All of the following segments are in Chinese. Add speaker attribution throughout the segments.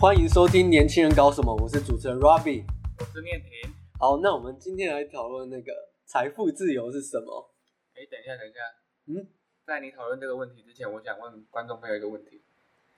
Speaker 1: 欢迎收听《年轻人搞什么》，我是主持人 Robbie。
Speaker 2: 我是念婷。
Speaker 1: 好，那我们今天来讨论那个财富自由是什么？
Speaker 2: 哎，等一下，等一下。
Speaker 1: 嗯，
Speaker 2: 在你讨论这个问题之前，我想问观众朋友一个问题，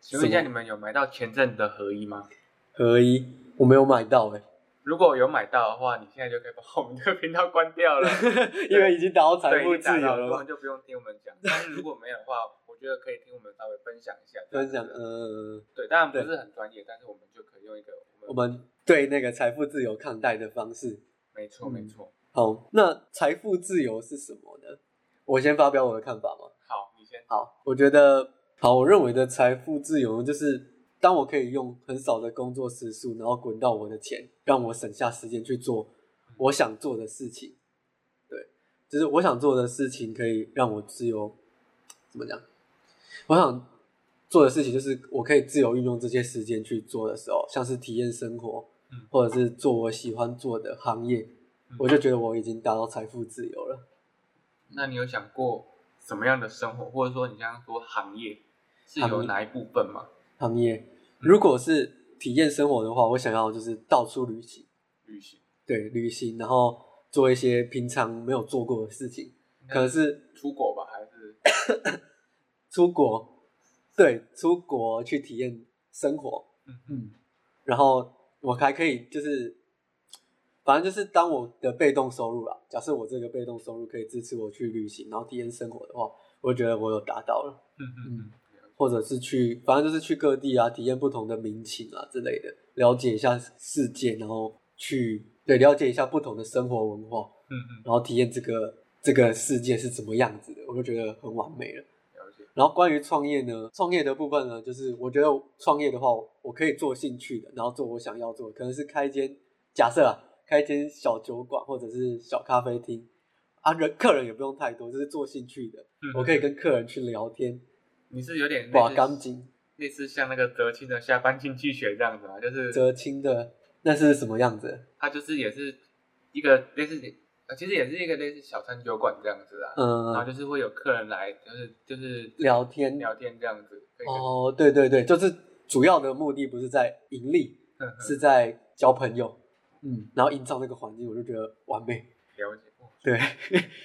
Speaker 2: 请问一下，
Speaker 1: 什
Speaker 2: 你们有买到前阵的合一吗？
Speaker 1: 合一，我没有买到哎、
Speaker 2: 如果有买到的话，你现在就可以把我们这个频道关掉了。
Speaker 1: 因为已经达到 财
Speaker 2: 对
Speaker 1: 富
Speaker 2: 你打
Speaker 1: 自由
Speaker 2: 到
Speaker 1: 了
Speaker 2: 根
Speaker 1: 嘛
Speaker 2: 本。就不用听我们讲。但是如果没有的话，我觉得可以听我们稍微分享一下。
Speaker 1: 分享，呃，
Speaker 2: 对，当然不
Speaker 1: 对
Speaker 2: 是很专业，但是我们就可以用一个
Speaker 1: 我们对那个财富自由看待的方式。
Speaker 2: 没错
Speaker 1: 嗯
Speaker 2: 没错。
Speaker 1: 好，那财富自由是什么呢？我先发表我的看法嘛。
Speaker 2: 好，你先。
Speaker 1: 好，我觉得好，我认为的财富自由就是当我可以用很少的工作时数，然后滚到我的钱，让我省下时间去做我想做的事情。对，就是我想做的事情可以让我自由，怎么讲？我想做的事情就是我可以自由运用这些时间去做的时候，像是体验生活
Speaker 2: 嗯，
Speaker 1: 或者是做我喜欢做的行业，
Speaker 2: 嗯
Speaker 1: 我就觉得我已经达到财富自由了。
Speaker 2: 那你有想过什么样的生活，或者说你刚刚说行业是
Speaker 1: 行
Speaker 2: 有
Speaker 1: 业
Speaker 2: 哪一部分吗？
Speaker 1: 行业。如果是体验生活的话，我想要就是到处旅行，
Speaker 2: 旅行，
Speaker 1: 对，旅行，然后做一些平常没有做过的事情，
Speaker 2: 嗯
Speaker 1: 可能是
Speaker 2: 出国吧，还是
Speaker 1: 出国，对，出国去体验生活，
Speaker 2: 嗯嗯
Speaker 1: 嗯，然后我还可以就是，反正就是当我的被动收入啦，假设我这个被动收入可以支持我去旅行，然后体验生活的话，我就觉得我有达到了，
Speaker 2: 嗯嗯嗯，
Speaker 1: 或者是去，反正就是去各地啊，体验不同的民情啊之类的，了解一下世界，然后去对了解一下不同的生活文化，
Speaker 2: 嗯嗯，
Speaker 1: 然后体验这个这个世界是怎么样子的，我就觉得很完美了。
Speaker 2: 了解，
Speaker 1: 然后关于创业呢，创业的部分呢，就是我觉得创业的话，我可以做兴趣的，然后做我想要做的，可能是开一间假设啊，开一间小酒馆或者是小咖啡厅啊，人客人也不用太多，就是做兴趣的，
Speaker 2: 嗯
Speaker 1: 我可以跟客人去聊天，
Speaker 2: 你是有点
Speaker 1: 把
Speaker 2: 类似
Speaker 1: 钢筋
Speaker 2: 类似像那个德清的下班经济学这样子嘛，就是
Speaker 1: 折青的，那是什么样子？
Speaker 2: 它就是也是一个类似，呃其实也是一个类似小餐酒馆这样子啊，然后
Speaker 1: 嗯，
Speaker 2: 就是会有客人来，就是就是
Speaker 1: 聊天
Speaker 2: 聊天这样子，可以跟，
Speaker 1: 哦，对对对，就是主要的目的不是在盈利，
Speaker 2: 嗯嗯
Speaker 1: 是在交朋友，嗯，然后营造那个环境，我就觉得完美。
Speaker 2: 了解。哦
Speaker 1: 对，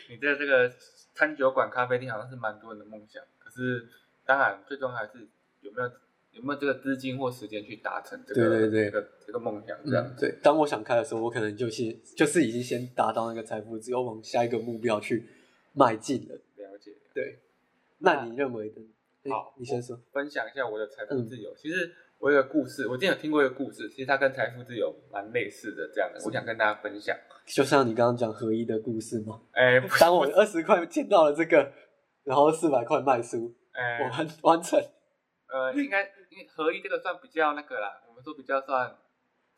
Speaker 2: 你的这个餐酒馆、咖啡厅好像是蛮多人的梦想，可是当然最终还是有没有有没有这个资金或时间去达成这个
Speaker 1: 对对对
Speaker 2: 这个这个梦想这样
Speaker 1: 嗯，
Speaker 2: 子。
Speaker 1: 对。当我想开的时候，我可能就是就是已经先达到那个财富，只有往下一个目标去迈进了。
Speaker 2: 了解。
Speaker 1: 对，那你认为的？哎
Speaker 2: 好
Speaker 1: 你先说。
Speaker 2: 分享一下我的财
Speaker 1: 嗯
Speaker 2: 富自由。其实我有个故事，我之前有听过一个故事，其实它跟财富自由蛮类似的这样的，我想跟大家分享。
Speaker 1: 就像你刚刚讲合一的故事嘛，
Speaker 2: 哎、不
Speaker 1: 当我二十块捡到了这个，然后四百块卖书，
Speaker 2: 哎、
Speaker 1: 我完完成。
Speaker 2: 呃，应该因为合一这个算比较那个啦，我们说比较算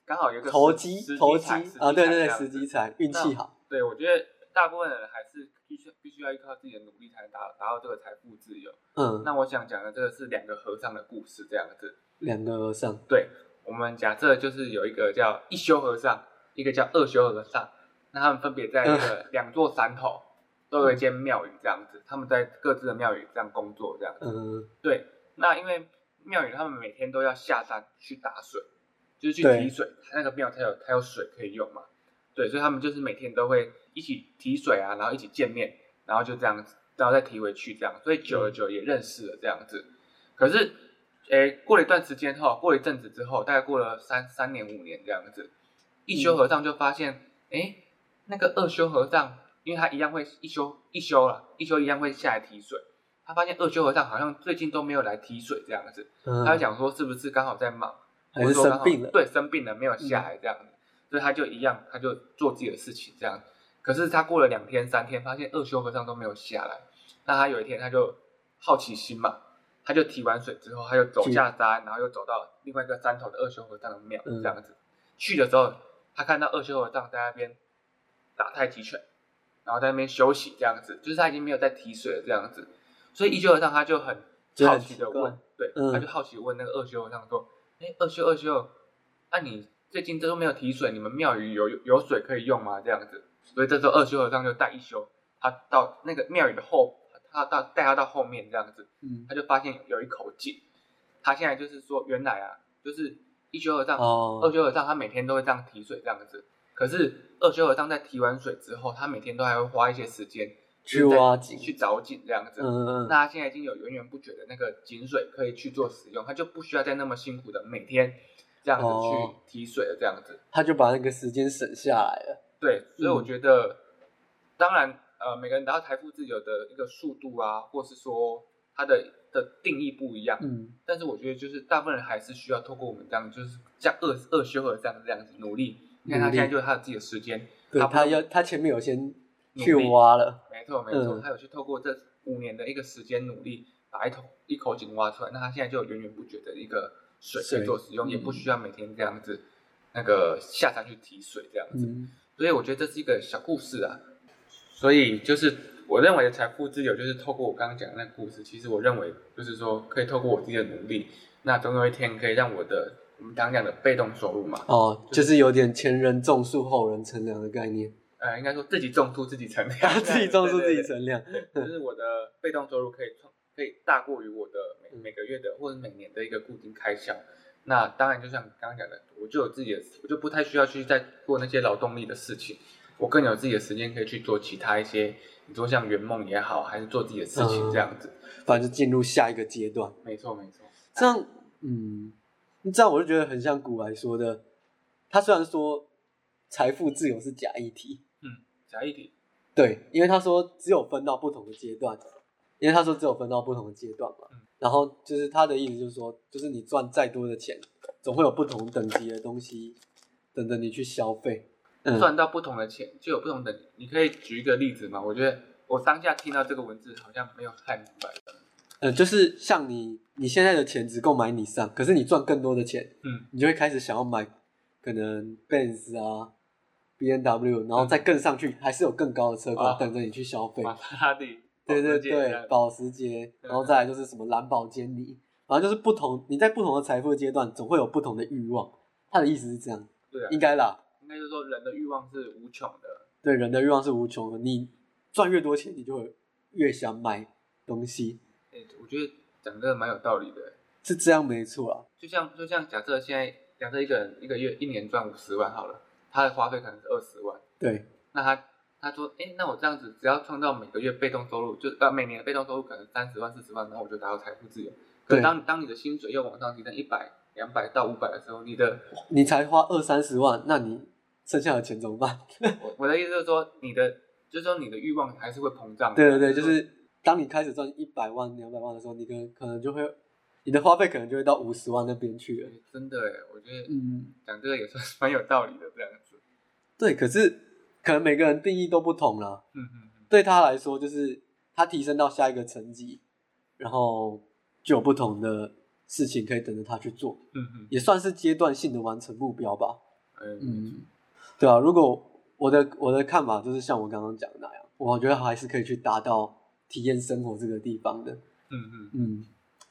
Speaker 2: 刚好有一个
Speaker 1: 投
Speaker 2: 时
Speaker 1: 机
Speaker 2: 时，机
Speaker 1: 投机
Speaker 2: 财时
Speaker 1: 啊，对对
Speaker 2: 财这
Speaker 1: 对，
Speaker 2: 样
Speaker 1: 时
Speaker 2: 子
Speaker 1: 机财，运气好。
Speaker 2: 对，我觉得大部分人还是必须必须要依靠自己的努力才能达达到这个财富自由。
Speaker 1: 嗯，
Speaker 2: 那我想讲的这个是两个和尚的故事，这样子。
Speaker 1: 两个和尚，
Speaker 2: 对，我们假设就是有一个叫一休和尚，一个叫二休和尚，那他们分别在这个两座山头都有一间庙宇这样子，他们在各自的庙宇这样工作这样子。
Speaker 1: 嗯
Speaker 2: 对，那因为庙宇他们每天都要下山去打水，就是去
Speaker 1: 对
Speaker 2: 提水，那个庙才有才有水可以用嘛。对，所以他们就是每天都会一起提水啊，然后一起见面，然后就这样子，然后再提回去这样，所以久而久也认识了这样子。可是，诶，过了一段时间后，过了一阵子之后，大概过了三三年五年这样子，一休和尚就发现，诶，那个二休和尚，因为他一样会一休一休啦，一休一样会下来提水，他发现二休和尚好像最近都没有来提水这样子，
Speaker 1: 嗯，
Speaker 2: 他就想说是不是刚好在忙，
Speaker 1: 还
Speaker 2: 或
Speaker 1: 是
Speaker 2: 者说刚
Speaker 1: 生
Speaker 2: 好
Speaker 1: 病了，嗯
Speaker 2: 对，生病了没有下来这样子，所以他就一样，他就做自己的事情这样。可是他过了两天三天，发现二修和尚都没有下来，那他有一天他就好奇心嘛，他就提完水之后，他就走
Speaker 1: 去
Speaker 2: 下山，然后又走到另外一个山头的二修和尚的庙
Speaker 1: 嗯
Speaker 2: 这样子。去的时候，他看到二修和尚在那边打太极拳，然后在那边休息这样子，就是他已经没有在提水了这样子。所以一休和尚他就很
Speaker 1: 就很
Speaker 2: 好奇
Speaker 1: 奇
Speaker 2: 的
Speaker 1: 怪
Speaker 2: 问，对，
Speaker 1: 嗯
Speaker 2: 他就好奇地问那个二修和尚说：“哎，二修二修，那、你最近这都没有提水，你们庙宇有有有水可以用吗？”这样子，所以这时候二修和尚就带一休，他到那个庙宇的后，他到带他到后面这样子，
Speaker 1: 嗯
Speaker 2: 他就发现有一口井，他现在就是说原来啊，就是一休和尚、二
Speaker 1: 哦，
Speaker 2: 休和尚他每天都会这样提水这样子。可是二休和尚在提完水之后，他每天都还会花一些时间
Speaker 1: 去挖
Speaker 2: 就是
Speaker 1: 井
Speaker 2: 在去找井这样子。
Speaker 1: 嗯嗯嗯，
Speaker 2: 那他现在已经有源源不绝的那个井水可以去做使用，他就不需要再那么辛苦的每天这样子去
Speaker 1: 哦
Speaker 2: 提水了这样子。
Speaker 1: 他就把那个时间省下来了。
Speaker 2: 对，所以我
Speaker 1: 嗯
Speaker 2: 觉得，当然，呃，每个人达到财富自由的一个速度啊，或是说它的的定义不一样，
Speaker 1: 嗯，
Speaker 2: 但是我觉得就是大部分人还是需要透过我们这样，就是像二二修和尚这样子努力。你看他
Speaker 1: 努力
Speaker 2: 现在就是他自己的时间，
Speaker 1: 对
Speaker 2: 他不
Speaker 1: 他要他前面有先去
Speaker 2: 努力
Speaker 1: 挖了，
Speaker 2: 没错没错，
Speaker 1: 嗯
Speaker 2: 他有去透过这五年的一个时间努力，把一口一口井挖出来，那他现在就有源源不绝的一个水可以
Speaker 1: 水
Speaker 2: 做使用，也
Speaker 1: 嗯
Speaker 2: 不需要每天这样子那个下山去提水这样子。
Speaker 1: 嗯，
Speaker 2: 所以我觉得这是一个小故事啊。所以就是我认为的财富自由，就是透过我刚刚讲的那个故事，其实我认为就是说可以透过我自己的努力，那总有一天可以让我的我们刚刚讲的被动收入嘛，
Speaker 1: 哦，就是有点前人种树，后人乘凉的概念，
Speaker 2: 呃，应该说自己种树自己 乘
Speaker 1: 他
Speaker 2: 凉，
Speaker 1: 自己种树自己
Speaker 2: 乘，
Speaker 1: 乘凉。
Speaker 2: 对就是我的被动收入可以创可以大过于我的每
Speaker 1: 嗯
Speaker 2: 每个月的或者每年的一个固定开销。那当然，就像刚刚讲的，我就有自己的，我就不太需要去再做那些劳动力的事情，我更有自己的时间可以去做其他一些，你说像圆梦也好，还是做自己的事情
Speaker 1: 嗯
Speaker 2: 这样子。
Speaker 1: 反正就进入下一个阶段。
Speaker 2: 没错，没错，
Speaker 1: 这样，嗯，这样我就觉得很像古来说的，他虽然说财富自由是假议题，
Speaker 2: 假一点，
Speaker 1: 对，因为他说只有分到不同的阶段，因为他说只有分到不同的阶段嘛
Speaker 2: 嗯。
Speaker 1: 然后就是他的意思就是说，就是你赚再多的钱，总会有不同等级的东西等着你去消费。嗯，
Speaker 2: 赚到不同的钱就有不同的。你可以举一个例子吗？我觉得我当下听到这个文字好像没有太明白。
Speaker 1: 呃，就是像你，你现在的钱只够买你上，可是你赚更多的钱，
Speaker 2: 嗯，
Speaker 1: 你就会开始想要买可能 Benz 啊、B N W，然后再更上去，还是有更高的车款、
Speaker 2: 嗯啊
Speaker 1: 等着你去消费。
Speaker 2: 玛莎拉蒂，
Speaker 1: 对对
Speaker 2: 保时捷这样
Speaker 1: 对，保时捷，然后再来就是什么蓝宝坚尼，然后就是不同，你在不同的财富阶段，总会有不同的欲望。他的意思是这样，
Speaker 2: 对啊，
Speaker 1: 应该啦，
Speaker 2: 应该就是说人的欲望是无穷的。
Speaker 1: 对人的欲望是无穷的，你赚越多钱，你就会越想买东西，
Speaker 2: 诶我觉得讲这个蛮有道理的。
Speaker 1: 是这样没错啊。
Speaker 2: 就像就像假设现在假设一个人一个月一年赚五十万好了，他的花费可能是二十万，
Speaker 1: 对，
Speaker 2: 那他他说，哎、那我这样子只要创造每个月被动收入，就呃每年的被动收入可能三十万四十万，然后我就达到财富自由。可
Speaker 1: 对
Speaker 2: 当当你的薪水又往上提升一百、两百到五百的时候，你的
Speaker 1: 你才花二三十万，那你剩下的钱怎么办？
Speaker 2: 我我的意思就是说，你的就是说你的欲望还是会膨胀的。
Speaker 1: 对对对，就
Speaker 2: 说
Speaker 1: 是当你开始赚一百万、两百万的时候，你可能可能就会，你的花费可能就会到五十万那边去了。
Speaker 2: 诶真的哎，我觉得
Speaker 1: 嗯，
Speaker 2: 讲这个也算是蛮有道理的这样子。
Speaker 1: 对，可是可能每个人定义都不同啦。
Speaker 2: 嗯嗯嗯，
Speaker 1: 对他来说，就是他提升到下一个层级，然后就有不同的事情可以等着他去做，
Speaker 2: 嗯嗯，
Speaker 1: 也算是阶段性的完成目标吧。
Speaker 2: 嗯
Speaker 1: 嗯，对啊，如果我的我的看法就是像我刚刚讲的那样，我觉得还是可以去达到体验生活这个地方的。
Speaker 2: 嗯嗯
Speaker 1: 嗯，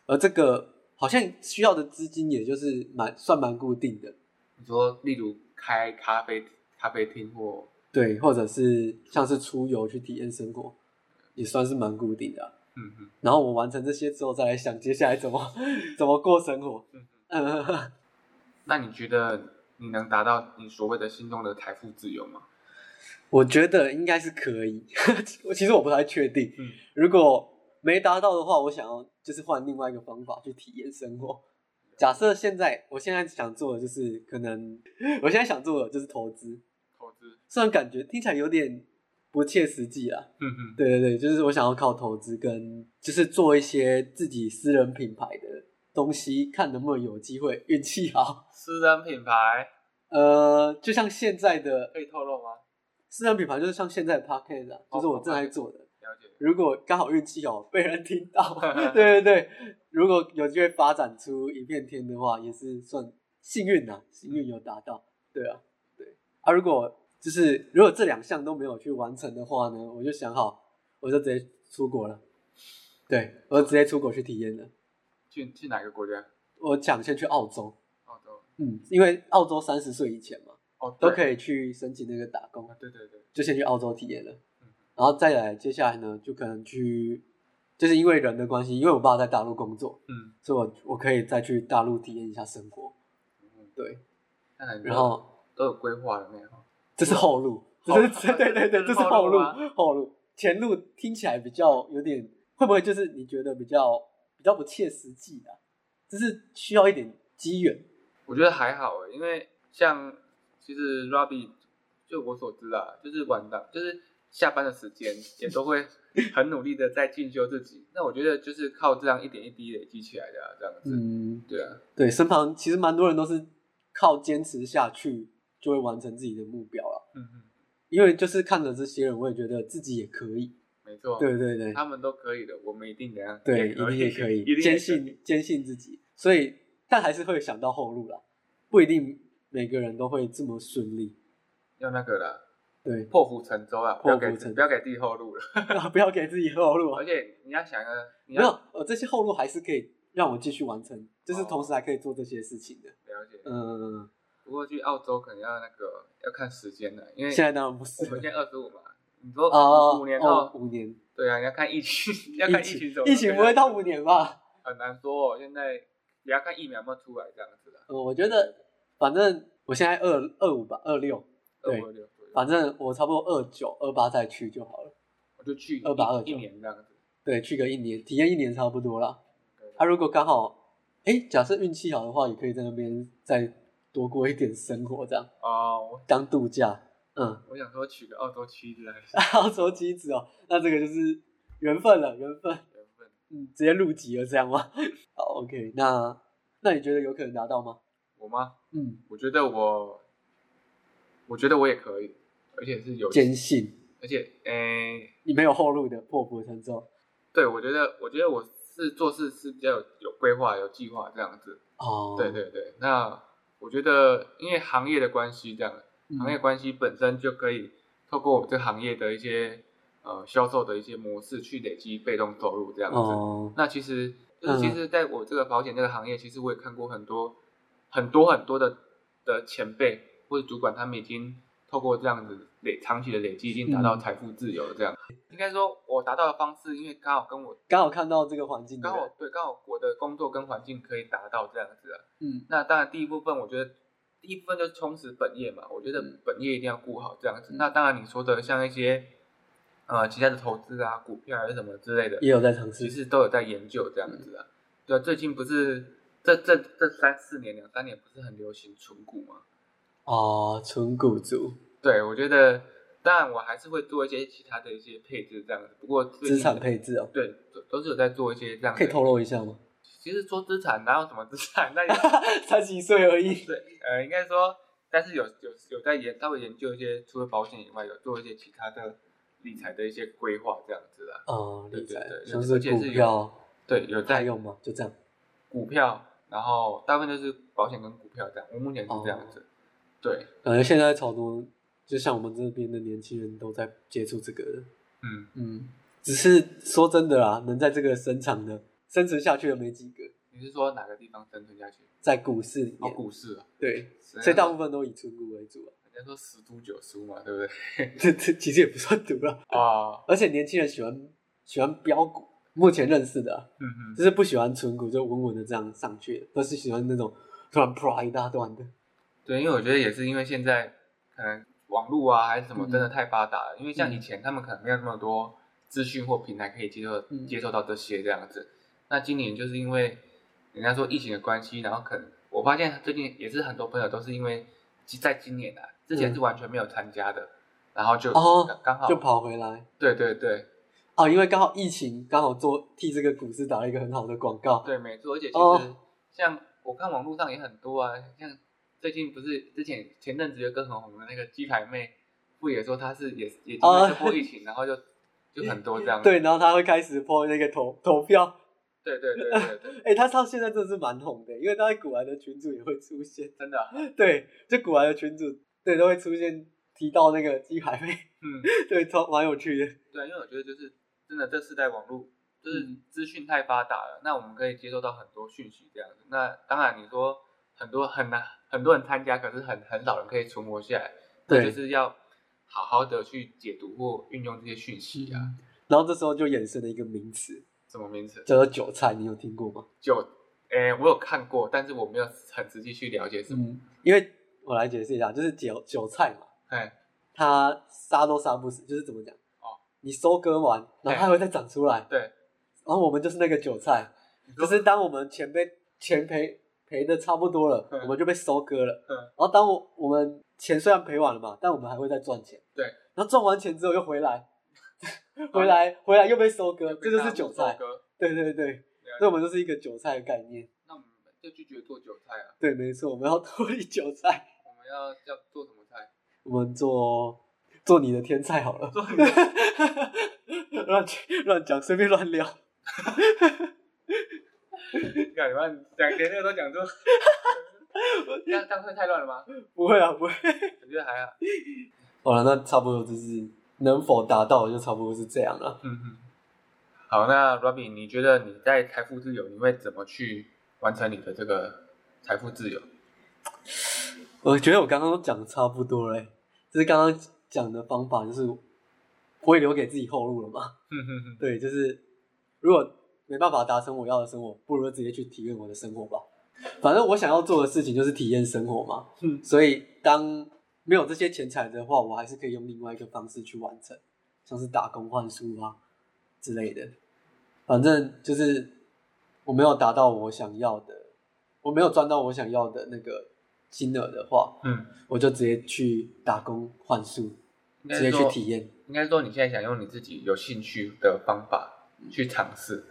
Speaker 1: 而这个好像需要的资金也就是蛮算蛮固定的，
Speaker 2: 你说例如开咖啡咖啡厅或
Speaker 1: 对，或者是像是出游去体验生活，也算是蛮固定的啊、
Speaker 2: 嗯嗯
Speaker 1: 然后我完成这些之后，再来想接下来怎么 怎么过生活。
Speaker 2: 嗯 嗯，
Speaker 1: 嗯，
Speaker 2: 那你觉得你能达到你所谓的心中的财富自由吗？
Speaker 1: 我觉得应该是可以， 我其实我不太确定。
Speaker 2: 嗯，
Speaker 1: 如果没达到的话，我想要就是换另外一个方法去体验生活。假设现在，我现在想做的就是可能，我现在想做的就是投资，
Speaker 2: 投资，
Speaker 1: 虽然感觉听起来有点不切实际啊。
Speaker 2: 嗯嗯，
Speaker 1: 对对对，就是我想要靠投资跟就是做一些自己私人品牌的东西，看能不能有机会运气好。
Speaker 2: 私人品牌
Speaker 1: 呃，就像现在的
Speaker 2: 可以透露吗？
Speaker 1: 私人品牌，就是像现在的 podcast 啊，就是我正在做的。
Speaker 2: 了解，
Speaker 1: 如果刚好运气好被人听到，对对对，如果有机会发展出一片天的话，也是算幸运呐、幸运有达到，对啊，对啊。如果就是如果这两项都没有去完成的话呢，我就想好，我就直接出国了，对我就直接出国去体验了。
Speaker 2: 去去哪个国家？
Speaker 1: 我想先去澳洲，
Speaker 2: 澳洲，
Speaker 1: 嗯，因为澳洲三十岁以前嘛，
Speaker 2: 哦，
Speaker 1: 都
Speaker 2: 以。
Speaker 1: 可以去申请那个打工
Speaker 2: 啊，，对对对，
Speaker 1: 就先去澳洲体验了
Speaker 2: 嗯，
Speaker 1: 然后再来接下来呢，就可能去，就是因为人的关系，因为我爸在大陆工作，
Speaker 2: 嗯
Speaker 1: 所以我我可以再去大陆体验一下生活。
Speaker 2: 嗯，
Speaker 1: 对，
Speaker 2: 那很多
Speaker 1: 然后
Speaker 2: 都有规划了没有？
Speaker 1: 这是后路，
Speaker 2: 后
Speaker 1: 这是 对对对，
Speaker 2: 这
Speaker 1: 这
Speaker 2: 是
Speaker 1: 是
Speaker 2: 后
Speaker 1: 后
Speaker 2: 路
Speaker 1: 路
Speaker 2: 吗
Speaker 1: 后路，前路听起来比较有点，会不会就是你觉得比较比较不切实际啊？就是需要一点机缘，
Speaker 2: 我觉得还好欸，因为像其实 Robbie，就我所知啊，就是晚档，就是下班的时间也都会很努力的在进修自己。那我觉得就是靠这样一点一滴累积起来的、啊，这样子。
Speaker 1: 嗯，
Speaker 2: 对啊，
Speaker 1: 对，身旁其实蛮多人都是靠坚持下去就会完成自己的目标了，
Speaker 2: 嗯嗯，
Speaker 1: 因为就是看着这些人，我也觉得自己也可以，
Speaker 2: 没错。
Speaker 1: 对对对，
Speaker 2: 他们都可以的，我们一定怎样？
Speaker 1: 对，
Speaker 2: 也
Speaker 1: 一
Speaker 2: 可
Speaker 1: 定
Speaker 2: 以
Speaker 1: 也可
Speaker 2: 一定也
Speaker 1: 以，
Speaker 2: 可
Speaker 1: 坚
Speaker 2: 以
Speaker 1: 信坚信自己，所以但还是会想到后路啦，不一定每个人都会这么顺利，
Speaker 2: 要那个啦，，
Speaker 1: 对
Speaker 2: 破釜沉舟啊，不要给
Speaker 1: 破釜沉舟
Speaker 2: 不要给自己后路了。
Speaker 1: 不要给自己后路
Speaker 2: 而
Speaker 1: 啊，
Speaker 2: 且你要想啊，你
Speaker 1: 没
Speaker 2: 要
Speaker 1: 有，呃，这些后路还是可以让我继续完成，就是同时还可以做这些事情的，
Speaker 2: 了解。
Speaker 1: 嗯，
Speaker 2: 不过去澳洲可能要那个要看时间了，因为
Speaker 1: 现在当然不
Speaker 2: 我
Speaker 1: 是
Speaker 2: 们现在二十五嘛，你说
Speaker 1: 哦，
Speaker 2: 五年
Speaker 1: 哦
Speaker 2: 后，
Speaker 1: 五年，
Speaker 2: 对啊，你要看疫 情，要看
Speaker 1: 疫
Speaker 2: 情怎么，
Speaker 1: 疫情不会到五，年吧？
Speaker 2: 很难说哦。现在也要看疫苗有没有出来这样子的，
Speaker 1: 嗯，我觉得反正我现在二二五吧，二六，
Speaker 2: 二
Speaker 1: 对啊
Speaker 2: 五六左右，
Speaker 1: 反正我差不多二九二八再去就好了，
Speaker 2: 我就去一
Speaker 1: 28 29
Speaker 2: 一年这样子。
Speaker 1: 对，去个一年，体验一年差不多啦。
Speaker 2: 对
Speaker 1: 他、如果刚好，哎，假设运气好的话，也可以在那边再多过一点生活，这样
Speaker 2: 哦，我
Speaker 1: 当度假。嗯，
Speaker 2: 我想说娶个澳洲妻子来
Speaker 1: 澳洲机子哦，那这个就是缘分了，缘分。
Speaker 2: 缘分，
Speaker 1: 嗯，直接入籍了这样吗？好，OK，那那你觉得有可能达到吗？
Speaker 2: 我吗？
Speaker 1: 嗯，
Speaker 2: 我觉得我，我觉得我也可以，而且是有，
Speaker 1: 坚信
Speaker 2: 而且诶，
Speaker 1: 你没有后路的，破釜沉舟。
Speaker 2: 对我觉得，我觉得我是做事是比较有有规划、有计划这样子。
Speaker 1: 哦，
Speaker 2: 对，对对，那我觉得因为行业的关系，这样行业
Speaker 1: 嗯，
Speaker 2: 关系本身就可以透过我们这行业的一些呃销售的一些模式去累积被动收入这样子。
Speaker 1: 哦，
Speaker 2: 那其实就是
Speaker 1: 嗯
Speaker 2: 其实在我这个保险这个行业，其实我也看过很多很多很多的的前辈或者主管，他们已经透过这样子累长期的累积，已经达到
Speaker 1: 嗯
Speaker 2: 财富自由了这样。应该说，我达到的方式，因为刚好跟我
Speaker 1: 刚好看到这个环境的
Speaker 2: 刚
Speaker 1: 人，
Speaker 2: 好对刚好我的工作跟环境可以达到这样子啊。
Speaker 1: 嗯
Speaker 2: 那当然，第一部分我觉得第一部分就是充实本业嘛，我觉得
Speaker 1: 嗯
Speaker 2: 本业一定要顾好这样子。
Speaker 1: 嗯
Speaker 2: 那当然，你说的像一些呃其他的投资啊、股票还是什么之类的，
Speaker 1: 也嗯有在尝
Speaker 2: 其
Speaker 1: 试。
Speaker 2: 实都有在研究这样子啊。对啊，最近不是这这这三四年、两三年不是很流行存股吗？
Speaker 1: 哦，纯股族，
Speaker 2: 对，我觉得当然我还是会做一些其他的一些配置这样子，不过最近
Speaker 1: 资产配置哦，
Speaker 2: 对都都是有在做一些这样的。
Speaker 1: 可以透露一下 吗？
Speaker 2: 其实说资产哪有什么资产，那也
Speaker 1: 才几岁而已。
Speaker 2: 对，呃，应该说，但是有有有在研稍微研究一些，除了保险以外，有做一些其他的理财的一些规划这样子啦。
Speaker 1: 哦，
Speaker 2: 对
Speaker 1: 理
Speaker 2: 对
Speaker 1: 财
Speaker 2: 对，
Speaker 1: 像
Speaker 2: 而
Speaker 1: 是
Speaker 2: 且
Speaker 1: 股
Speaker 2: 是有
Speaker 1: 票，
Speaker 2: 对，有
Speaker 1: 还
Speaker 2: 在
Speaker 1: 有吗？就这样。
Speaker 2: 股票，然后大部分就是保险跟股票这样。我目前是这样子。对，
Speaker 1: 感觉现在超多，就像我们这边的年轻人都在接触这个的。
Speaker 2: 嗯，
Speaker 1: 嗯，只是说真的啦，能在这个生长的、生存下去的没几个，
Speaker 2: 你是说哪个地方生存下去？
Speaker 1: 在股市里
Speaker 2: 哦，
Speaker 1: 面，
Speaker 2: 股市啊，
Speaker 1: 对，
Speaker 2: 所
Speaker 1: 所以大部分都以纯股为主啊。
Speaker 2: 人家说十赌九输嘛，对不对？
Speaker 1: 这这其实也不算毒啦，
Speaker 2: 啊，
Speaker 1: 而且年轻人喜欢喜欢标股，目前认识的啊、
Speaker 2: 嗯嗯，
Speaker 1: 就是不喜欢纯股，就稳稳的这样上去，而是喜欢那种突然啪一大段的。
Speaker 2: 对，因为我觉得也是因为现在可能网络啊还是什么
Speaker 1: 嗯
Speaker 2: 真的太发达了，因为像
Speaker 1: 嗯
Speaker 2: 以前他们可能没有那么多资讯或平台可以接受、
Speaker 1: 嗯
Speaker 2: 接受到这些这样子。那今年就是因为人家说疫情的关系，然后可能我发现最近也是很多朋友都是因为其在今年啊，之前
Speaker 1: 嗯
Speaker 2: 是完全没有参加的，然后就
Speaker 1: 哦
Speaker 2: 刚刚好
Speaker 1: 就跑回来
Speaker 2: 对对对
Speaker 1: 哦，因为刚好疫情刚好做替这个股市打了一个很好的广告。
Speaker 2: 对，没错，而且其实
Speaker 1: 哦
Speaker 2: 像我看网络上也很多啊，像最近不是之前前阵子有一个很红的那个鸡排妹，不也说她是也也因为
Speaker 1: 哦
Speaker 2: 这波疫情，然后就就很多这样。
Speaker 1: 对，然后他会开始播那个投投票，
Speaker 2: 对对对对对，
Speaker 1: 哎，他到现在真的是蛮红的，因为他在古玩的群组也会出现，
Speaker 2: 真的啊，
Speaker 1: 对，就古玩的群组对都会出现提到那个鸡排妹，
Speaker 2: 嗯，
Speaker 1: 对，超蛮有趣的，
Speaker 2: 对，因为我觉得就是真的这世代网络就是
Speaker 1: 嗯
Speaker 2: 资讯太发达了，那我们可以接收到很多讯息这样子。那当然你说很多很难很多人参加，可是很很少人可以存活下来，那
Speaker 1: 对
Speaker 2: 就是要好好的去解读或运用这些讯息
Speaker 1: 嗯
Speaker 2: 啊。
Speaker 1: 然后这时候就衍生了一个名词，
Speaker 2: 什么名词？
Speaker 1: 叫做韭菜，你有听过吗？
Speaker 2: 韭，哎、诶、我有看过，但是我没有很仔细去了解什么。
Speaker 1: 嗯，因为我来解释一下，就是韭韭菜嘛，
Speaker 2: 哎、
Speaker 1: 它杀都杀不死，就是怎么讲？
Speaker 2: 哦，
Speaker 1: 你收割完，然后它还会再长出来，
Speaker 2: 对，
Speaker 1: 然后我们就是那个韭菜，
Speaker 2: 就
Speaker 1: 就是当我们钱被钱赔赔的差不多了，
Speaker 2: 嗯
Speaker 1: 我们就被收割了。
Speaker 2: 嗯
Speaker 1: 然后当我我们钱虽然赔完了嘛，但我们还会再赚钱。
Speaker 2: 对，哦
Speaker 1: 然后赚完钱之后又回来， 回来回来又被收割，这就是韭菜。
Speaker 2: 割。
Speaker 1: 对对对，所以我们就是一个韭菜的概念。
Speaker 2: 那我们就拒绝做韭菜啊，
Speaker 1: 对，没错，我们要脱离韭菜，
Speaker 2: 我们要要做什么菜？
Speaker 1: 我们做做你的天菜好了。
Speaker 2: 做
Speaker 1: 乱乱讲，随便乱聊。
Speaker 2: 干什么？讲连这个都讲错， 这样这样会太乱了吗？
Speaker 1: 不会啊，不会。
Speaker 2: 我觉得还好。
Speaker 1: 好了，那差不多就是能否达到，就差不多是这样了。
Speaker 2: 嗯嗯。好，那 Robin，你觉得你在财富自由，你会怎么去完成你的这个财 富自由？
Speaker 1: 我觉得我刚刚讲的差不多嘞，就是刚刚讲的方法，就是不会留给自己后路了嘛。
Speaker 2: 哼哼哼，
Speaker 1: 对，就是如果没办法达成我要的生活，不如直接去体验我的生活吧。反正我想要做的事情就是体验生活嘛。
Speaker 2: 嗯
Speaker 1: 所以当没有这些钱财的话，我还是可以用另外一个方式去完成，像是打工换书啊之类的。反正就是我没有达到我想要的，我没有赚到我想要的那个金额的话，
Speaker 2: 嗯，
Speaker 1: 我就直接去打工换书，
Speaker 2: 应该
Speaker 1: 直接去
Speaker 2: 说
Speaker 1: 体验。
Speaker 2: 应该说你现在想用你自己有兴趣的方法去尝试。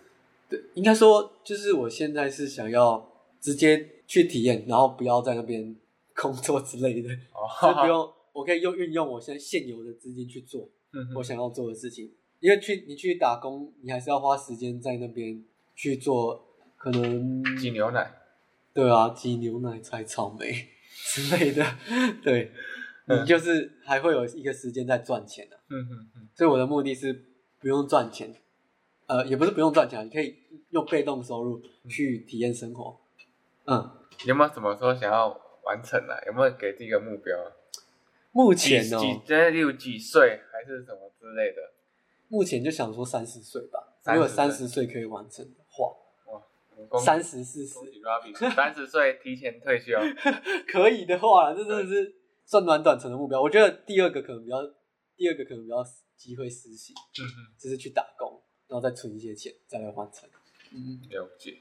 Speaker 1: 对，应该说就是我现在是想要直接去体验，然后不要在那边 工作之类的，
Speaker 2: 哦，
Speaker 1: 就不用，我可以用运用我现在现有的资金去做
Speaker 2: 嗯哼
Speaker 1: 我想要做的事情。因为去你去打工，你还是要花时间在那边去做，可能
Speaker 2: 挤牛奶。
Speaker 1: 对啊，挤牛奶、采草莓 之类的，对
Speaker 2: 嗯
Speaker 1: 你就是还会有一个时间在赚钱啊的、
Speaker 2: 嗯哼哼，
Speaker 1: 所以我的目的是不用赚钱，呃，也不是不用赚钱啊，你可以用被动收入去体验生活。嗯，
Speaker 2: 有没有什么说想要完成的、啊？有没有给自己一个目标啊？
Speaker 1: 目
Speaker 2: 几
Speaker 1: 前呢、哦
Speaker 2: 几，现在例如几岁还是什么之类的？
Speaker 1: 目前就想说三十岁吧，
Speaker 2: 30
Speaker 1: 如果三十岁可以完成的话，
Speaker 2: 恭喜
Speaker 1: 三十四十
Speaker 2: 恭喜 Robin，三十岁提前退 休。
Speaker 1: 可以的话，这真的是算蛮短程的目标。我觉得第二个可能比较，第二个可能比较机会实行，
Speaker 2: 嗯哼，
Speaker 1: 就是去打工，然后再存一些钱，再来完成。嗯，
Speaker 2: 了解。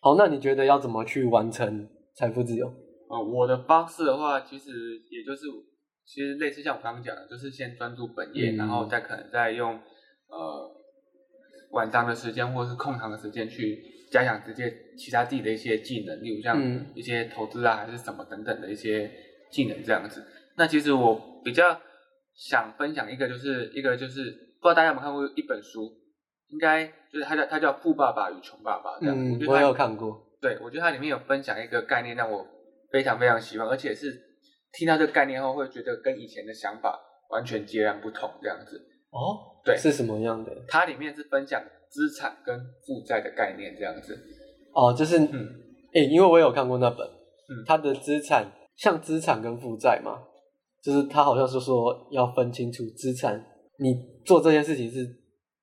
Speaker 1: 好，那你觉得要怎么去完成财富自由？
Speaker 2: 呃，我的方式的话，其实也就是，其实类似像我刚刚讲的，就是先专注本业，
Speaker 1: 嗯
Speaker 2: 然后再可能再用呃晚上的时间或是空堂的时间去加强这些其他自己的一些技能，例如像
Speaker 1: 嗯
Speaker 2: 一些投资啊，还是什么等等的一些技能这样子。那其实我比较想分享一个，就是一个就是不知道大家有没有看过一本书，应该就是它叫它叫《富爸爸与穷爸爸》这样。
Speaker 1: 嗯
Speaker 2: 我觉，得
Speaker 1: 我
Speaker 2: 它
Speaker 1: 也有看过。
Speaker 2: 对，我觉得它里面有分享一个概念，让我非常非常喜欢，而且是听到这个概念后，会觉得跟以前的想法完全截然不同这样子。
Speaker 1: 哦，
Speaker 2: 对
Speaker 1: 是什么样的？
Speaker 2: 它里面是分享资产跟负债的概念这样子。
Speaker 1: 哦，就是，哎、
Speaker 2: 嗯，
Speaker 1: 因为我有看过那本，
Speaker 2: 嗯
Speaker 1: 他的资产像资产跟负债嘛，就是他好像是说要分清楚资产，你做这件事情是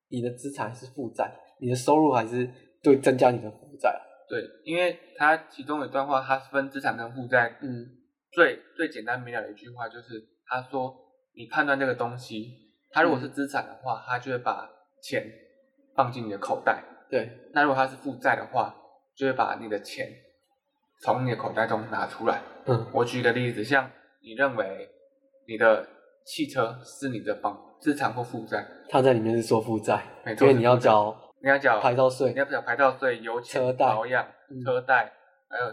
Speaker 1: 你的资产还是负债，你的收入还是对增加你的负债啊。
Speaker 2: 对，因为它其中有一段话，它分资产跟负债，
Speaker 1: 嗯
Speaker 2: 最最简单明了的一句话就是，他说你判断这个东西，它如果是资产的话，它就会把钱放进你的口袋。
Speaker 1: 对，
Speaker 2: 那如果它是负债的话，就会把你的钱从你的口袋中拿出来。
Speaker 1: 嗯
Speaker 2: 我举个例子，像你认为你的汽车是你的房资产或负债，
Speaker 1: 他在里面是说负债，
Speaker 2: 没
Speaker 1: 因
Speaker 2: 错
Speaker 1: 为你要
Speaker 2: 是负债嗯
Speaker 1: 交
Speaker 2: 你要缴
Speaker 1: 牌照税
Speaker 2: 你。要缴牌照税、油
Speaker 1: 车
Speaker 2: 钱、
Speaker 1: 贷
Speaker 2: 保养、
Speaker 1: 嗯
Speaker 2: 车贷，还有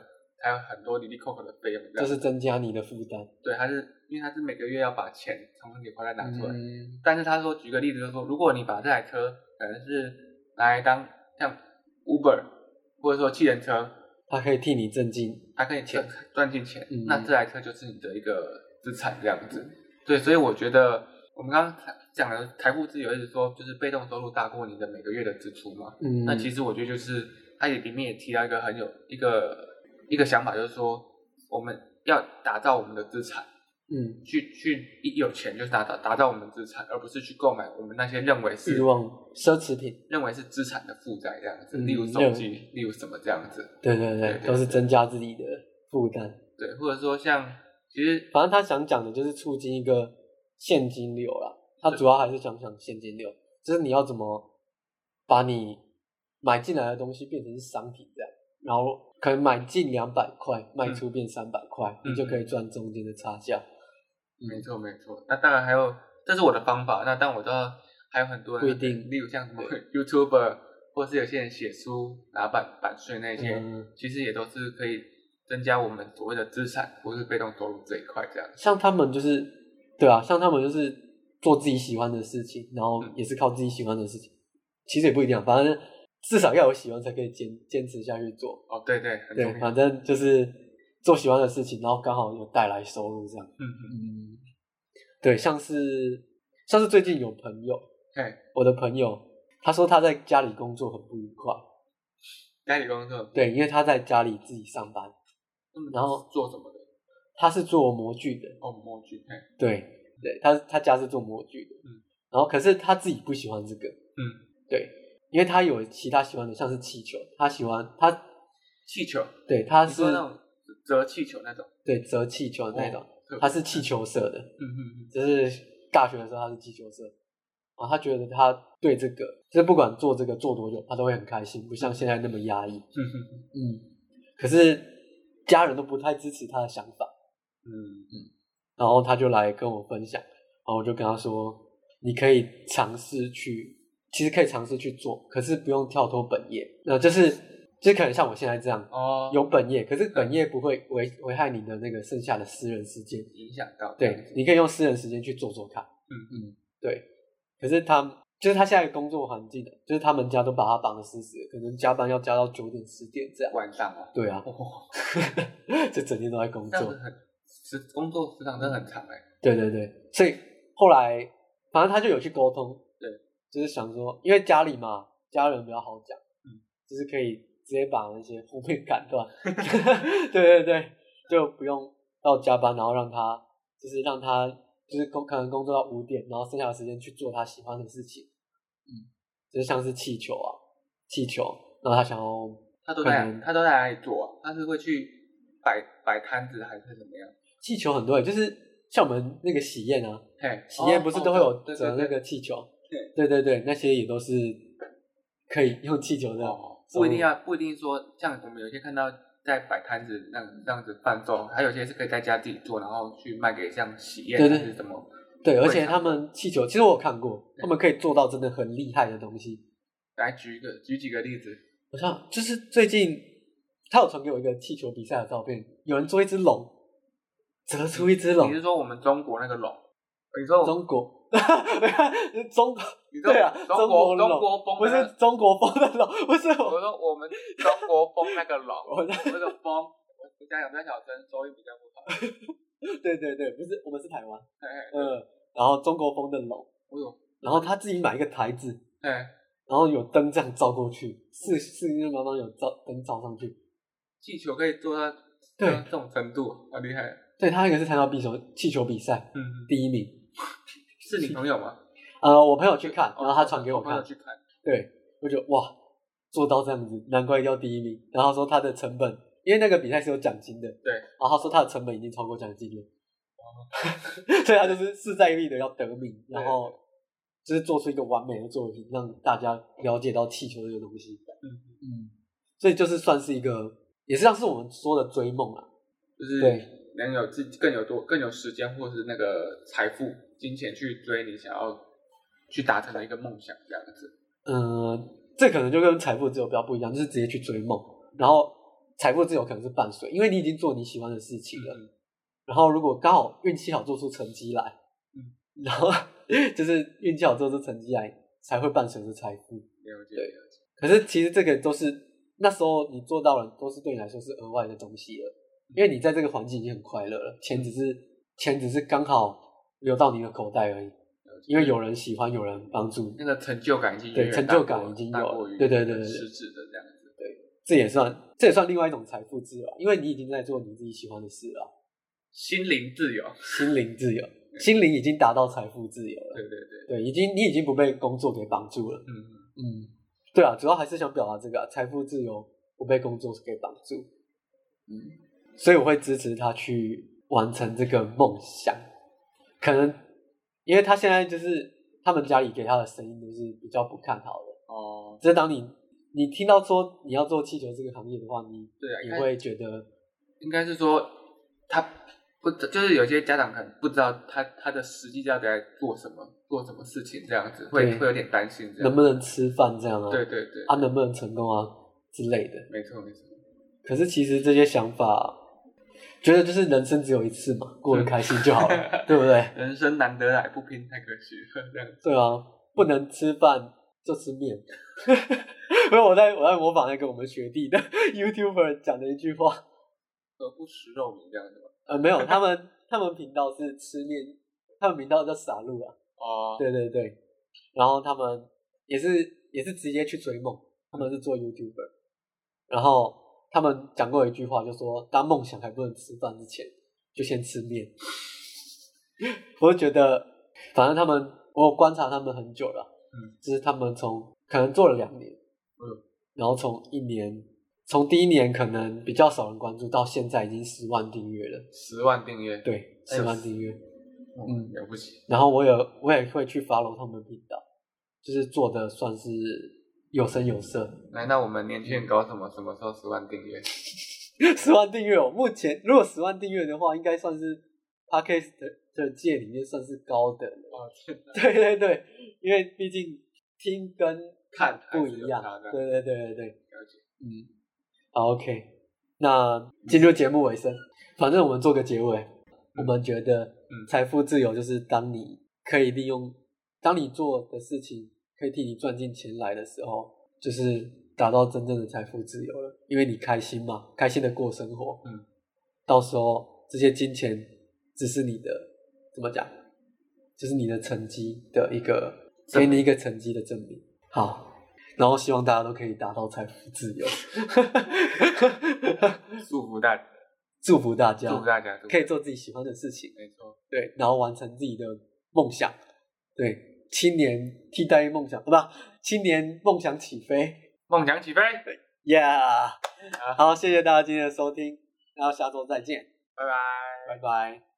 Speaker 2: 还有很多离离扣扣的费用。这
Speaker 1: 就
Speaker 2: 样
Speaker 1: 是增加你的负担，
Speaker 2: 对，它是因为它是每个月要把钱从你的口袋拿出来。
Speaker 1: 嗯，
Speaker 2: 但是他说，举个例子，就是说，如果你把这台车可能是拿来当像 Uber 或者说汽人车，
Speaker 1: 它可以替你增进，
Speaker 2: 它可以赚赚进钱，
Speaker 1: 嗯
Speaker 2: 那这台车就是你的一个资产这样子。对，所以我觉得我们刚刚讲的财富自由，一直说就是被动收入大过你的每个月的支出嘛。
Speaker 1: 嗯，
Speaker 2: 那其实我觉得就是，它也里面也提到一个很有一个一个想法，就是说我们要打造我们的资产，
Speaker 1: 嗯，
Speaker 2: 去去一有钱就是打打打造我们资产，而不是去购买我们那些认为
Speaker 1: 欲
Speaker 2: 是
Speaker 1: 望奢侈品，
Speaker 2: 认为是资产的负债这样子，
Speaker 1: 嗯
Speaker 2: 例如手机，例如什么这样子，
Speaker 1: 对对
Speaker 2: 对
Speaker 1: 对，
Speaker 2: 对
Speaker 1: 都是增加自己的负担。
Speaker 2: 对，或者说像其实
Speaker 1: 反正他想讲的就是促进一个现金流啦，他主要还是想讲现金流，就是你要怎么把你买进来的东西变成是商品这样，然后可能买进两百块，卖出变三百块，
Speaker 2: 嗯
Speaker 1: 你就可以赚中间的差价。
Speaker 2: 没错没错，那当然还有这是我的方法，那但我知道还有很多人
Speaker 1: 不一定
Speaker 2: 例如像什么 YouTuber 或是有些人写书拿版版税那些，
Speaker 1: 嗯，
Speaker 2: 其实也都是可以增加我们所谓的资产或是被动收入这一块这样。
Speaker 1: 像他们就是，对啊，像他们就是做自己喜欢的事情，然后
Speaker 2: 嗯
Speaker 1: 也是靠自己喜欢的事情，其实也不一定啊，反正至少要有喜欢才可以坚坚持下去做。
Speaker 2: 哦，对对，很
Speaker 1: 对，
Speaker 2: 重要。
Speaker 1: 反正就是做喜欢的事情，然后刚好有带来收入这样。
Speaker 2: 嗯嗯，
Speaker 1: 嗯，对，像是像是最近有朋友，
Speaker 2: 对，
Speaker 1: 我的朋友，他说他在家里工作很不愉快，
Speaker 2: 家里工作，
Speaker 1: 对，因为他在家里自己上班，
Speaker 2: 嗯
Speaker 1: 然后
Speaker 2: 做什么的？
Speaker 1: 他是做模具的，
Speaker 2: 哦，模具，嘿
Speaker 1: 对，对他他家是做模具的，
Speaker 2: 嗯，
Speaker 1: 然后可是他自己不喜欢这个，
Speaker 2: 嗯，
Speaker 1: 对，因为他有其他喜欢的，像是气球，他喜欢他，
Speaker 2: 气球，
Speaker 1: 对，他
Speaker 2: 你
Speaker 1: 是
Speaker 2: 说那种哦折气球那种，
Speaker 1: 对折气球的那种，
Speaker 2: 特别
Speaker 1: 他是气，球社的，
Speaker 2: 嗯嗯嗯，
Speaker 1: 就是大学的时候他是击球社，啊，他觉得他对这个，就是不管做这个做多久，他都会很开心，不像现在那么压抑。
Speaker 2: 嗯嗯
Speaker 1: 嗯，可是家人都不太支持他的想法，
Speaker 2: 嗯嗯，
Speaker 1: 然后他就来跟我分享，然后我就跟他说，你可以尝试去，其实可以尝试去做，可是不用跳脱本业，那就是就是可能像我现在这样。
Speaker 2: 哦，
Speaker 1: 有本业，可是本业不会危危害你的那个剩下的私人时间，
Speaker 2: 影响到，
Speaker 1: 对，你可以用私人时间去做做看。
Speaker 2: 嗯
Speaker 1: 嗯，对。可是他就是他现在的工作环境，就是他们家都把他绑得死死的，可能加班要加到九点十点这样。
Speaker 2: 晚上哦，
Speaker 1: 对啊，
Speaker 2: 哦，
Speaker 1: 就整天都在工
Speaker 2: 这样子
Speaker 1: 作。
Speaker 2: 很时工作时长真的很长哎，
Speaker 1: 对对对，所以后来反正他就有去沟通，
Speaker 2: 对，
Speaker 1: 就是想说，因为家里嘛，家人比较好讲，
Speaker 2: 嗯，
Speaker 1: 就是可以直接把那些负面砍断。 对对对，就不用到加班，然后让他就是让他就是工可能工作到五点，然后剩下的时间去做他喜欢的事情，嗯，就是像是气球啊，气球，然后他想要
Speaker 2: 他都在
Speaker 1: 可能
Speaker 2: 他都在哪里做啊？他是会去摆摆摊子还是怎么样？
Speaker 1: 气球很多人，就是像我们那个喜宴啊，
Speaker 2: 嘿，
Speaker 1: 喜宴不是都会
Speaker 2: 哦
Speaker 1: 有
Speaker 2: 对
Speaker 1: 折
Speaker 2: 对
Speaker 1: 那
Speaker 2: 对
Speaker 1: 个气球？对对对，那些也都是可以用气球的。
Speaker 2: 哦，不一定要不一定说，像我们有些看到在摆摊子那这样子贩售，还有些是可以在家自己做，然后去卖给像喜宴
Speaker 1: 对对
Speaker 2: 还是什么，
Speaker 1: 对，而
Speaker 2: 会
Speaker 1: 且
Speaker 2: 上
Speaker 1: 他们气球，其实我有看过，
Speaker 2: 对
Speaker 1: 他们可以做到真的很厉害的东西。
Speaker 2: 来举一个举几个例子，
Speaker 1: 我像就是最近他有传给我一个气球比赛的照片，有人做一只龙，折出一只龙
Speaker 2: 你，是说我们中国那个龙？你说我
Speaker 1: 中国，中国
Speaker 2: 你说
Speaker 1: 对啊
Speaker 2: 中
Speaker 1: 中国
Speaker 2: 国
Speaker 1: 龙
Speaker 2: 中国风
Speaker 1: 不
Speaker 2: 那个
Speaker 1: 是中国风的龙，不是
Speaker 2: 我
Speaker 1: 我，
Speaker 2: 说我们中国风那个龙，
Speaker 1: 我
Speaker 2: 我那个风， 我家讲比较小声，收音比较不好。
Speaker 1: 对对对，不是我们是台湾，
Speaker 2: 嘿嘿
Speaker 1: 嗯，然后中国风的龙，
Speaker 2: 我有，
Speaker 1: 然后他自己买一个台子，
Speaker 2: 嘿，
Speaker 1: 然后有灯这样照过去，四四面八方有照灯照上去。
Speaker 2: 气球可以做到
Speaker 1: 对
Speaker 2: 这种程度，好厉害。
Speaker 1: 对他那个是参加壁球气球比赛
Speaker 2: 嗯，
Speaker 1: 第一名。
Speaker 2: 是你朋友吗？
Speaker 1: 呃，我朋友去看，然后他传给我
Speaker 2: 哦朋友
Speaker 1: 看，
Speaker 2: 去看。
Speaker 1: 对我觉得哇，做到这样子，难怪要第一名。然后他说他的成本，因为那个比赛是有奖金的，
Speaker 2: 对
Speaker 1: 然后他说他的成本已经超过奖金了， 所以他就是势在必得要得名，然后就是做出一个完美的作品，让大家了解到气球这个东西。
Speaker 2: 嗯，
Speaker 1: 嗯，所以就是算是一个，也是像是我们说的追梦啊啦。
Speaker 2: 就是
Speaker 1: 对
Speaker 2: 能有自己更有多更有时间，或是那个财富、金钱去追你想要去达成的一个梦想，这样子。
Speaker 1: 嗯，这可能就跟财富自由比较不一样，就是直接去追梦。然后财富自由可能是伴随，因为你已经做你喜欢的事情了。
Speaker 2: 嗯
Speaker 1: 然后如果刚好运气好做出成绩来，
Speaker 2: 嗯，
Speaker 1: 然后 就是运气好做出成绩来，才会伴随着财富。
Speaker 2: 了解。
Speaker 1: 对可是其实这个都是那时候你做到了，都是对你来说是额外的东西了，
Speaker 2: 嗯
Speaker 1: 因为你在这个环境已经很快乐了，钱只是钱只是刚好流到你的口袋而已，
Speaker 2: 了解
Speaker 1: 因为有人喜欢，有人帮助，
Speaker 2: 那个成就感已经
Speaker 1: 对
Speaker 2: 远远
Speaker 1: 成
Speaker 2: 大
Speaker 1: 就
Speaker 2: 过
Speaker 1: 感已经
Speaker 2: 大
Speaker 1: 有
Speaker 2: 过
Speaker 1: 了
Speaker 2: 于
Speaker 1: 对对对对对
Speaker 2: 实质的这样子。
Speaker 1: 这也算这也算另外一种财富自由啊，因为你已经在做你自己喜欢的事了。
Speaker 2: 心灵自由。
Speaker 1: 心灵自由，心灵已经达到财富自由了。
Speaker 2: 对对对，
Speaker 1: 对，已经你已经不被工作给绑住了。
Speaker 2: 嗯，
Speaker 1: 嗯，对啊，主要还是想表达这个、啊，财富自由不被工作给绑住。嗯，所以我会支持他去完成这个梦想。可能因为他现在就是他们家里给他的声音都是比较不看好的，
Speaker 2: 哦，
Speaker 1: 只是当你你听到说你要做气球这个行业的话，你
Speaker 2: 对啊，应
Speaker 1: 你
Speaker 2: 该
Speaker 1: 会觉得
Speaker 2: 应该是说他不知就是有些家长可能不知道他他的实际到底在做什么，做什么事情这样子，会
Speaker 1: 对
Speaker 2: 会有点担心这样。
Speaker 1: 能不能吃饭这样啊？
Speaker 2: 对对对，
Speaker 1: 啊，能不能成功啊之类的。
Speaker 2: 没错没错，
Speaker 1: 可是其实这些想法，觉得就是人生只有一次嘛，过得开心就好了，对不对？
Speaker 2: 人生难得来，不拼太可惜了这样子。
Speaker 1: 对啊，不能吃饭就吃面。 所以我在我在模仿那个我们学弟的 YouTuber 讲的一句话，
Speaker 2: 何不食肉糜这样子吗？
Speaker 1: 呃，没有，他们他们频道是吃面，他们频道叫傻路啊，
Speaker 2: 哦，
Speaker 1: 对对对，然后他们也是也是直接去追梦，他们是
Speaker 2: 嗯
Speaker 1: 做 YouTuber，然后他们讲过一句话，就说当梦想还不能吃饭之前，就先吃面。 我就觉得，反正他们我有观察他们很久了，
Speaker 2: 嗯，
Speaker 1: 就是他们从可能做了两年，
Speaker 2: 嗯，
Speaker 1: 然后从一年，从第一年可能比较少人关注，到现在已经十万订阅了，
Speaker 2: 十万订阅，，
Speaker 1: 对，
Speaker 2: 哎
Speaker 1: 十
Speaker 2: 呦
Speaker 1: 万订阅，
Speaker 2: 嗯，了不起，
Speaker 1: 然后我也我也会去 follow 他们的频道，就是做的算是有声有色。
Speaker 2: 难道我们年轻人搞什么？什么时候十万订阅？
Speaker 1: 十万订阅哦，目前如果十万订阅的话，应该算是 podcast 的的界里面算是高的了。
Speaker 2: 哦，天哪
Speaker 1: 对对对，因为毕竟听跟
Speaker 2: 看还
Speaker 1: 不
Speaker 2: 是
Speaker 1: 一
Speaker 2: 有
Speaker 1: 样
Speaker 2: 差的。
Speaker 1: 对对对对对，
Speaker 2: 了解，
Speaker 1: 嗯，好 OK，那进入节目尾声，反正我们做个结尾。我们觉得
Speaker 2: 嗯，
Speaker 1: 财富自由就是当你可以利用，当你做的事情可以替你赚进钱来的时候，就是达到真正的财富自由了，因为你开心嘛，开心的过生活。
Speaker 2: 嗯，
Speaker 1: 到时候这些金钱只是你的怎么讲，就是你的成绩的一个
Speaker 2: 证
Speaker 1: 给
Speaker 2: 明
Speaker 1: 你一个成绩的证明。好，然后希望大家都可以达到财富自由，
Speaker 2: 祝福大家，
Speaker 1: 祝福大家，
Speaker 2: 祝福大家，祝福
Speaker 1: 可以做自己喜欢的事情。
Speaker 2: 没错，
Speaker 1: 对，然后完成自己的梦想，对，青年替代梦想，啊不，青年梦想起飞
Speaker 2: 梦想起飞，
Speaker 1: ，Yeah！好，谢谢大家今天的收听，然后下周再见，
Speaker 2: 拜拜。
Speaker 1: 拜拜。